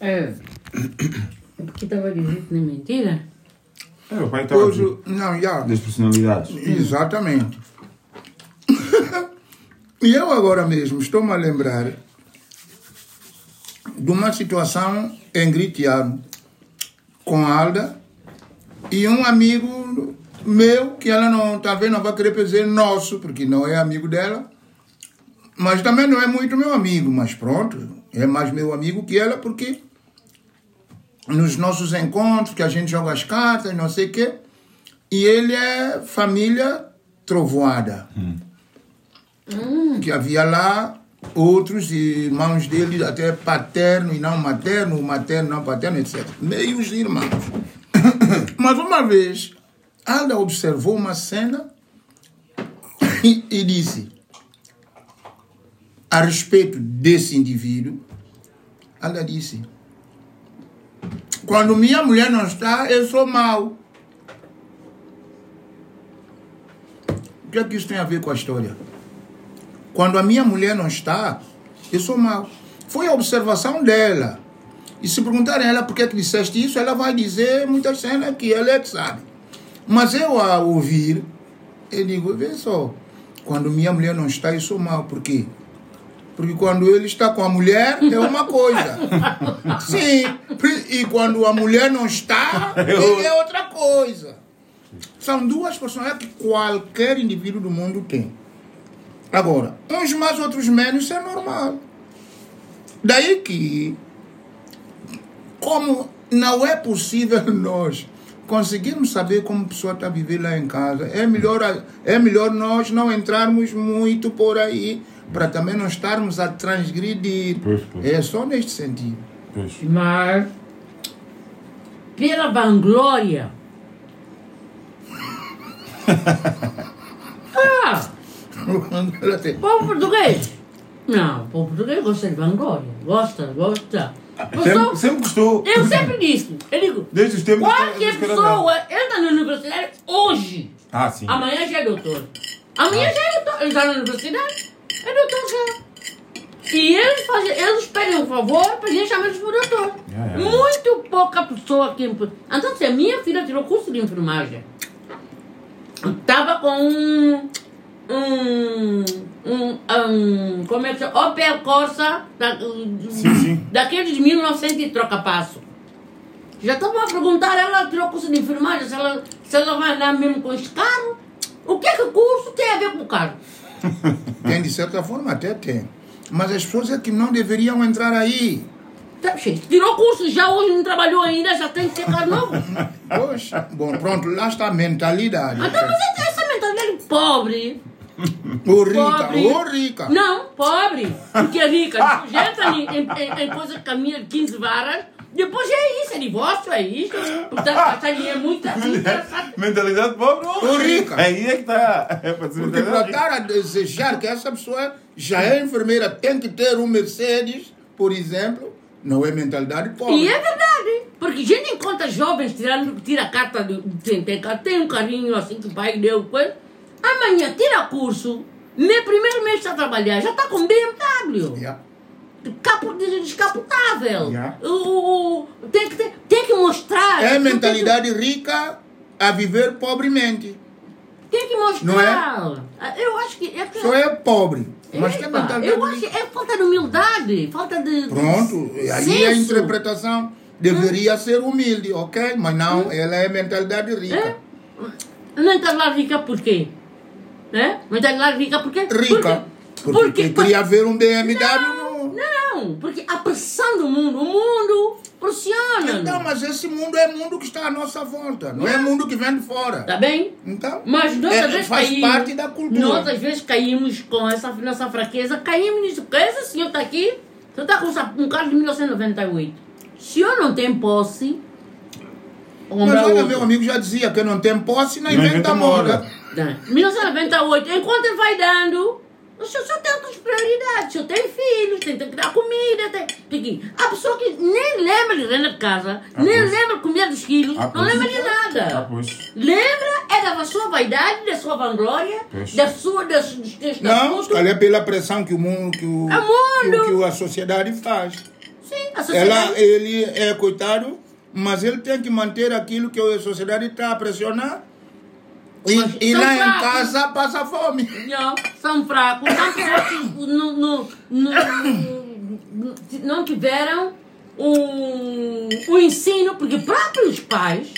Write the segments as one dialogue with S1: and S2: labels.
S1: É. Porque estava dizendo não é mentira?
S2: É, meu pai estava
S3: Hoje,
S2: de,
S3: não, já.
S2: das personalidades.
S3: Exatamente. e eu agora mesmo estou-me a lembrar de uma situação em Griteado com a Alda e um amigo meu, que ela não, talvez não vai querer dizer nosso, porque não é amigo dela, mas também não é muito meu amigo, mas pronto, é mais meu amigo que ela, porque nos nossos encontros, que a gente joga as cartas, não sei o quê, e ele é família trovoada. Hum. Que havia lá outros irmãos dele, até paterno e não materno, materno não paterno, etc. Meios irmãos. Mas uma vez, Alda observou uma cena e, e disse a respeito desse indivíduo, Alda disse, quando minha mulher não está, eu sou mau. O que é que isso tem a ver com a história? Quando a minha mulher não está, eu sou mau. Foi a observação dela. E se perguntarem a ela por que, é que disseste isso, ela vai dizer muitas cenas que ela é que sabe. Mas eu, a ouvir, eu digo, vê só, quando minha mulher não está, eu sou mau. Por quê? Porque quando ele está com a mulher, é uma coisa. Sim. pri- E quando a mulher não está, ele é outra coisa. São duas personalidades que qualquer indivíduo do mundo tem. Agora, uns mais, outros menos, isso é normal. Daí que, como não é possível nós conseguirmos saber como a pessoa está vivendo lá em casa, é melhor, a- é melhor nós não entrarmos muito por aí, para também não estarmos a transgredir.
S2: Pois, pois.
S3: É só neste sentido.
S2: Pois.
S1: Mas. Pela vanglória. ah! Povo português. Não, povo português gosta de vanglória. Gosta, gosta.
S2: Sempre,
S1: Pessoa-
S2: sempre gostou.
S1: Eu Ah, sempre disse, eu digo,
S2: Desde os tempos que
S1: qualquer
S2: os caras-
S1: pessoa entra na universidade hoje.
S2: Ah, sim.
S1: Amanhã já é doutor. Amanhã já é doutor. Ele está na universidade, é doutor já. E eles, fazem, eles pedem um favor para gente chamar eles por doutor.
S2: É, é.
S1: Muito pouca pessoa que. Então, se a minha filha tirou curso de enfermagem, estava com um. Um, um, um, como é que chama? Opel Corsa da,
S2: Sim, sim.
S1: daqueles 1900 e troca passo. Já estava a perguntar, ela tirou curso de enfermagem, se ela, se ela vai andar mesmo com esse carro. O que é que o curso tem a ver com o carro?
S3: Tem, de certa forma, até tem. Mas as pessoas é que não deveriam entrar aí.
S1: Tá, gente, tirou curso já hoje, não trabalhou ainda, já tem que ter carro novo.
S3: Poxa, bom, pronto, lá está a mentalidade.
S1: Então você tem essa mentalidade pobre.
S3: Ô rica,
S1: Pobre.
S3: ô rica.
S1: Não, pobre. Porque é rica. Sujeita em, em, em, em coisa que caminha 15 varas. Depois é isso, é divórcio, é isso. Portanto, gastar dinheiro muito
S3: Né?
S1: assim, engraçado.
S2: Mentalidade pobre. oh,
S3: Ô, rica.
S2: Aí é que está. É para ser
S3: Porque
S2: mentalidade rica.
S3: botar a desejar que essa pessoa já é enfermeira, tem que ter um Mercedes, por exemplo, não é mentalidade
S1: E
S3: pobre.
S1: é verdade, porque a gente encontra jovens tirando, tira a carta do. Tem, tem, tem um carrinho assim que o pai deu coisa. Amanhã tira curso. Meu primeiro mês está a trabalhar, já está com BMW.
S3: Yeah.
S1: Capo, descapotável.
S3: Yeah.
S1: O- o- o- tem, que, ter- tem, que mostrar.
S3: É
S1: tem que-
S3: mentalidade rica a viver pobremente.
S1: Tem que mostrar.
S3: Não é?
S1: Ah, Eu acho que. É, que-
S3: Só é pobre, mas tem
S1: Epa,
S3: mentalidade
S1: eu acho que
S3: rica.
S1: é falta de humildade, falta de. de
S3: Pronto, e aí é a
S1: senso. Hum.
S3: interpretação deveria ser humilde, ok? Mas não, ela é mentalidade rica.
S1: É. Não está lá rica por quê? Né? Não está lá rica por quê?
S3: Rica.
S1: Porque,
S3: Porque quem queria ver um BMW
S1: Não,
S3: não.
S1: não, porque a pressão do mundo, o mundo pressiona.
S3: Então, mas esse mundo é mundo que está à nossa volta, não é mundo que vem de fora.
S1: Tá bem?
S3: Então,
S1: Mas nós às
S3: é,
S1: vezes
S3: faz
S1: caímos.
S3: parte da cultura.
S1: Nós às vezes caímos com essa nossa fraqueza, caímos nisso. Porque Esse senhor está aqui, você está com essa- um carro de 1998. O senhor não tem posse.
S3: Mas
S1: compra
S3: olha,
S1: outro.
S3: meu amigo já dizia que não tem posse, não
S2: Não
S3: inventa
S2: inventa
S3: moda.
S2: moda.
S1: Tá. 1998, enquanto ele vai dando, o senhor só tem outras prioridades. O senhor tem filhos, tem, tem que dar comida, tem, tem que. A pessoa que nem lembra de dentro de casa,
S2: Ah,
S1: nem
S2: pois.
S1: lembra de comida dos filhos,
S2: Ah,
S1: não
S2: pois.
S1: lembra de
S2: Ah,
S1: nada.
S2: pois.
S1: Lembra é da sua vaidade, da sua vanglória,
S2: Pois.
S1: da sua, das, dos teus
S3: Não, é
S1: estatutos.
S3: olha pela pressão que o mundo, que o,
S1: É mundo.
S3: Que, o- que a sociedade faz.
S1: Sim, a sociedade.
S3: Ela, ele é coitado, mas ele tem que manter aquilo que a sociedade está a pressionar.
S1: Mas então
S3: E, e
S1: são
S3: lá em
S1: fracos.
S3: casa passa fome.
S1: Não, são fracos, são pessoas que não, não, não, não tiveram um, um ensino, porque próprios pais,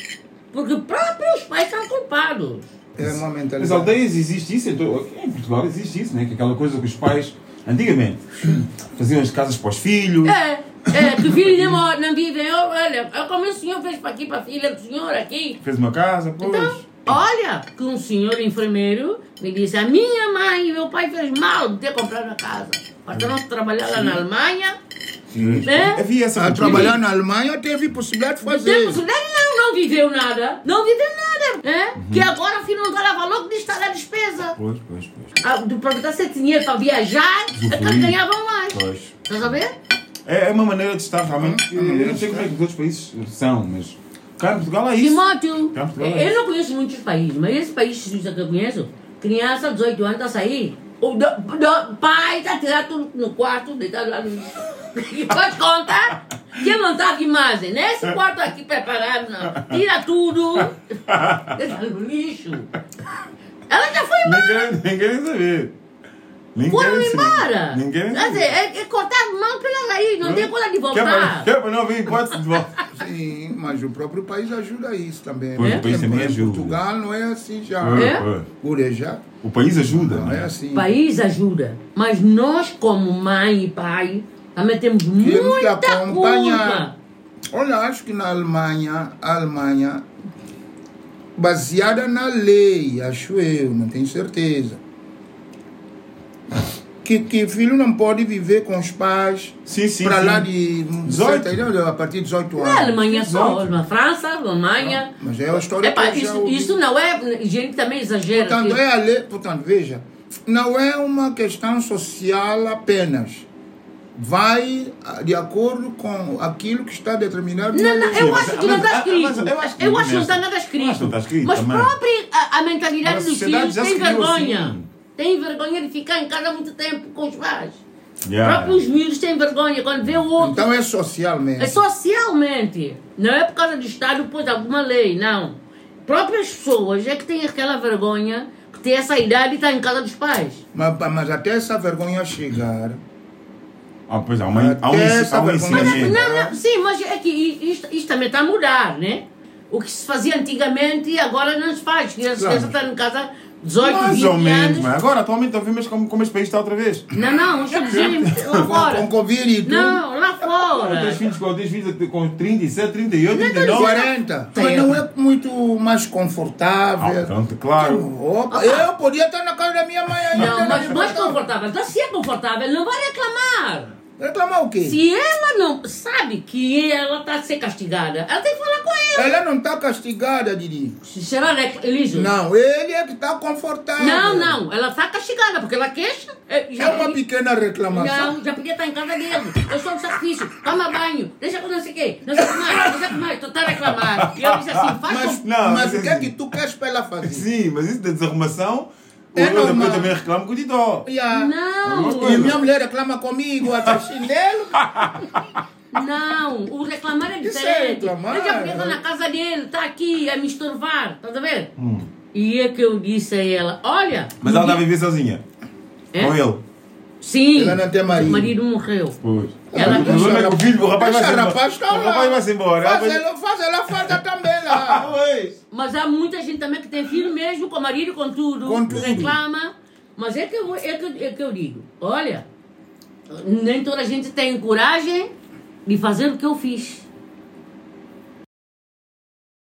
S1: porque próprios pais são culpados.
S3: É uma
S2: Nas
S3: mentalidade.
S2: aldeias existe isso, em to- em Portugal existe isso, né? Que aquela coisa que os pais, antigamente, faziam as casas para os filhos.
S1: É, é, que filho não, não vivem, olha, é como o senhor fez para aqui, para a filha do senhor aqui.
S2: Fez uma casa, pois.
S1: Então, olha, que um senhor enfermeiro me disse, a minha mãe e meu pai fez mal de ter comprado a casa. Passaram a trabalhar lá na Alemanha,
S2: Sim. É
S1: né?
S2: Havia essa
S3: A
S2: cultura.
S3: trabalhar na Alemanha teve possibilidade de fazer.
S1: Temos, um- ele não, não viveu nada. Não viveu nada. Né?
S2: Uhum.
S1: Que agora afinal não dava logo de estar a despesa.
S2: Pois, pois, pois.
S1: Ah, De aproveitar esse dinheiro para viajar,
S2: Uhum.
S1: até Então, ganhavam mais. Tá
S2: pois.
S1: Estás a ver?
S2: É, é uma maneira de estar realmente.
S3: É uma maneira
S2: Eu não sei
S3: de
S2: como é que os outros países são, mas cá em Portugal é isso.
S1: Timóteo, é,
S2: Tá, tudo bem.
S1: eu não conheço muitos países, mas esse país que eu conheço, criança, 18 anos, está a sair. O do, do- pai está tirado tudo no quarto, deitado lá no. E pode contar que eu não estava imagem. Nesse quarto aqui preparado, não. Tira tudo. Deita no lixo. Ela já foi embora.
S2: Ninguém, ninguém quer saber. Ninguém
S1: Foram
S2: quer saber.
S1: embora.
S2: Ninguém
S1: Quer
S2: quer
S1: dizer,
S2: saber.
S1: é, é cortar mão pelas aí, não tem coisa de
S2: Que é para-
S1: voltar.
S2: Que é para não haver hipótese de volta.
S3: Sim, mas o próprio país ajuda isso também.
S2: Pois,
S3: né?
S2: o país também
S3: Em
S2: ajuda.
S3: Portugal não é assim já.
S1: É?
S3: Urejar
S2: O país ajuda,
S3: não
S2: não
S3: é
S2: é?
S3: assim.
S1: O país ajuda, mas nós, como mãe e pai, também temos
S3: que
S1: muita
S3: acompanhar.
S1: culpa.
S3: Olha, acho que na Alemanha, a Alemanha, baseada na lei, acho eu, não tenho certeza, que, que filho não pode viver com os pais
S2: Sim, sim.
S3: para
S2: sim.
S3: lá de
S2: 18.
S3: certa idade, a partir de 18 anos.
S1: Na Alemanha é só,
S2: Exato.
S1: na França, Alemanha.
S3: Mas é a história
S1: Epa,
S3: que eu já
S1: isso,
S3: ouvi.
S1: isso não é. Gente também exagera. tipo,
S3: Portanto,
S1: que-
S3: é a lei, portanto, veja, não é uma questão social apenas. Vai ah, de acordo com aquilo que está determinado na
S1: Não, não,
S3: lei.
S1: eu
S2: mas-
S1: acho que não
S2: mas-
S1: está
S2: ah,
S1: escrito.
S2: mas eu acho que
S1: Eu
S2: não
S1: acho que não
S2: começa.
S1: está nada
S2: Eu acho que
S1: escrito.
S2: não está escrito
S1: Mas
S2: também.
S1: própria a, a mentalidade
S2: Mas a
S1: dos
S2: sociedade
S1: filhos
S2: já se
S1: tem
S2: criou
S1: vergonha.
S2: assim.
S1: Tem vergonha de ficar em casa muito tempo com os pais.
S2: Yeah.
S1: Próprios miúdos têm vergonha quando vê o outro.
S3: Então é social mesmo.
S1: É socialmente. Não é por causa do Estado pôs alguma lei, não. Próprias pessoas é que têm aquela vergonha que tem essa idade e está em casa dos pais.
S3: Mas, mas até essa vergonha chegar.
S2: Ah, pois há, uma, há um,
S3: Até
S2: ens-
S3: essa
S2: há um
S3: vergonha.
S1: Mas é-
S2: ensinamento.
S1: não, não, sim, mas é que i- isto, isto também está a mudar, né? O que se fazia antigamente agora não se faz. Criança
S3: Claro.
S1: criança está em casa 18,
S2: Mais
S1: 20
S2: ou menos,
S1: anos.
S2: mas agora atualmente estão a ver mas como, como este país está outra vez.
S1: Não, não, estou dizendo lá
S3: Com
S1: fora.
S3: Covid e tudo.
S1: Não, lá
S2: Eu
S1: fora.
S2: tenho filhos com, eu tenho filhos com 37, 38,
S1: não, é
S2: 39.
S3: 40. Mas não é muito mais confortável.
S2: Ah, pronto,
S3: Então,
S2: claro.
S3: Opa, eu podia estar na casa da minha mãe ainda.
S1: Não, mas
S3: né?
S1: mais confortável. Então, se é confortável, não vai reclamar.
S3: Reclamar o quê?
S1: Se ela não sabe que ela está a ser castigada, ela tem que falar com ele.
S3: Ela não está castigada, Didi.
S1: Será rec- liso?
S3: Não, ele é que está confortável.
S1: não, não, Ela está castigada porque ela queixa. É,
S3: É uma pequena reclamação.
S1: Não, já podia estar em casa dele. Eu sou um sacrifício. Toma banho. Deixa com não sei o quê. Não sei o que mais. Não sei o que mais. Tu está a reclamar. E eu disse assim, faz
S3: Mas,
S1: com...
S2: Não,
S3: mas
S2: mas
S3: o que é
S2: assim-
S3: que tu queres para ela fazer?
S2: Sim, mas isso da desarrumação,
S3: É
S2: eu depois
S3: normal.
S2: também reclamo com o Didó.
S3: Yeah.
S1: Não,
S3: E minha mulher reclama comigo, até chinelo.
S1: não. O reclamar é
S3: Isso é
S1: diferente.
S3: reclamar.
S1: Eu já podia estar na casa dele. Está aqui a me estorvar. Estás a ver? E é que eu disse a ela, olha...
S2: Hum. Mas ela tá está a viver sozinha.
S1: É?
S2: Com ele.
S1: Sim.
S3: Ela não tem marido.
S1: O marido morreu.
S2: Pois.
S1: Ela
S2: o problema é que o filho, o rapaz vai
S3: Deixa
S2: se
S3: o
S2: embora.
S3: rapaz tá
S2: o rapaz
S3: lá.
S2: vai se embora.
S3: Faz
S2: Ela vai-
S3: ela, faz ela farda também
S2: Ah,
S3: lá.
S2: pois.
S1: Mas há muita gente também que tem filho mesmo, com marido, com tudo.
S3: Com tudo.
S1: Reclama. Mas é que, eu, é, que, eu- é que eu digo, olha, nem toda gente tem coragem de fazer o que eu fiz.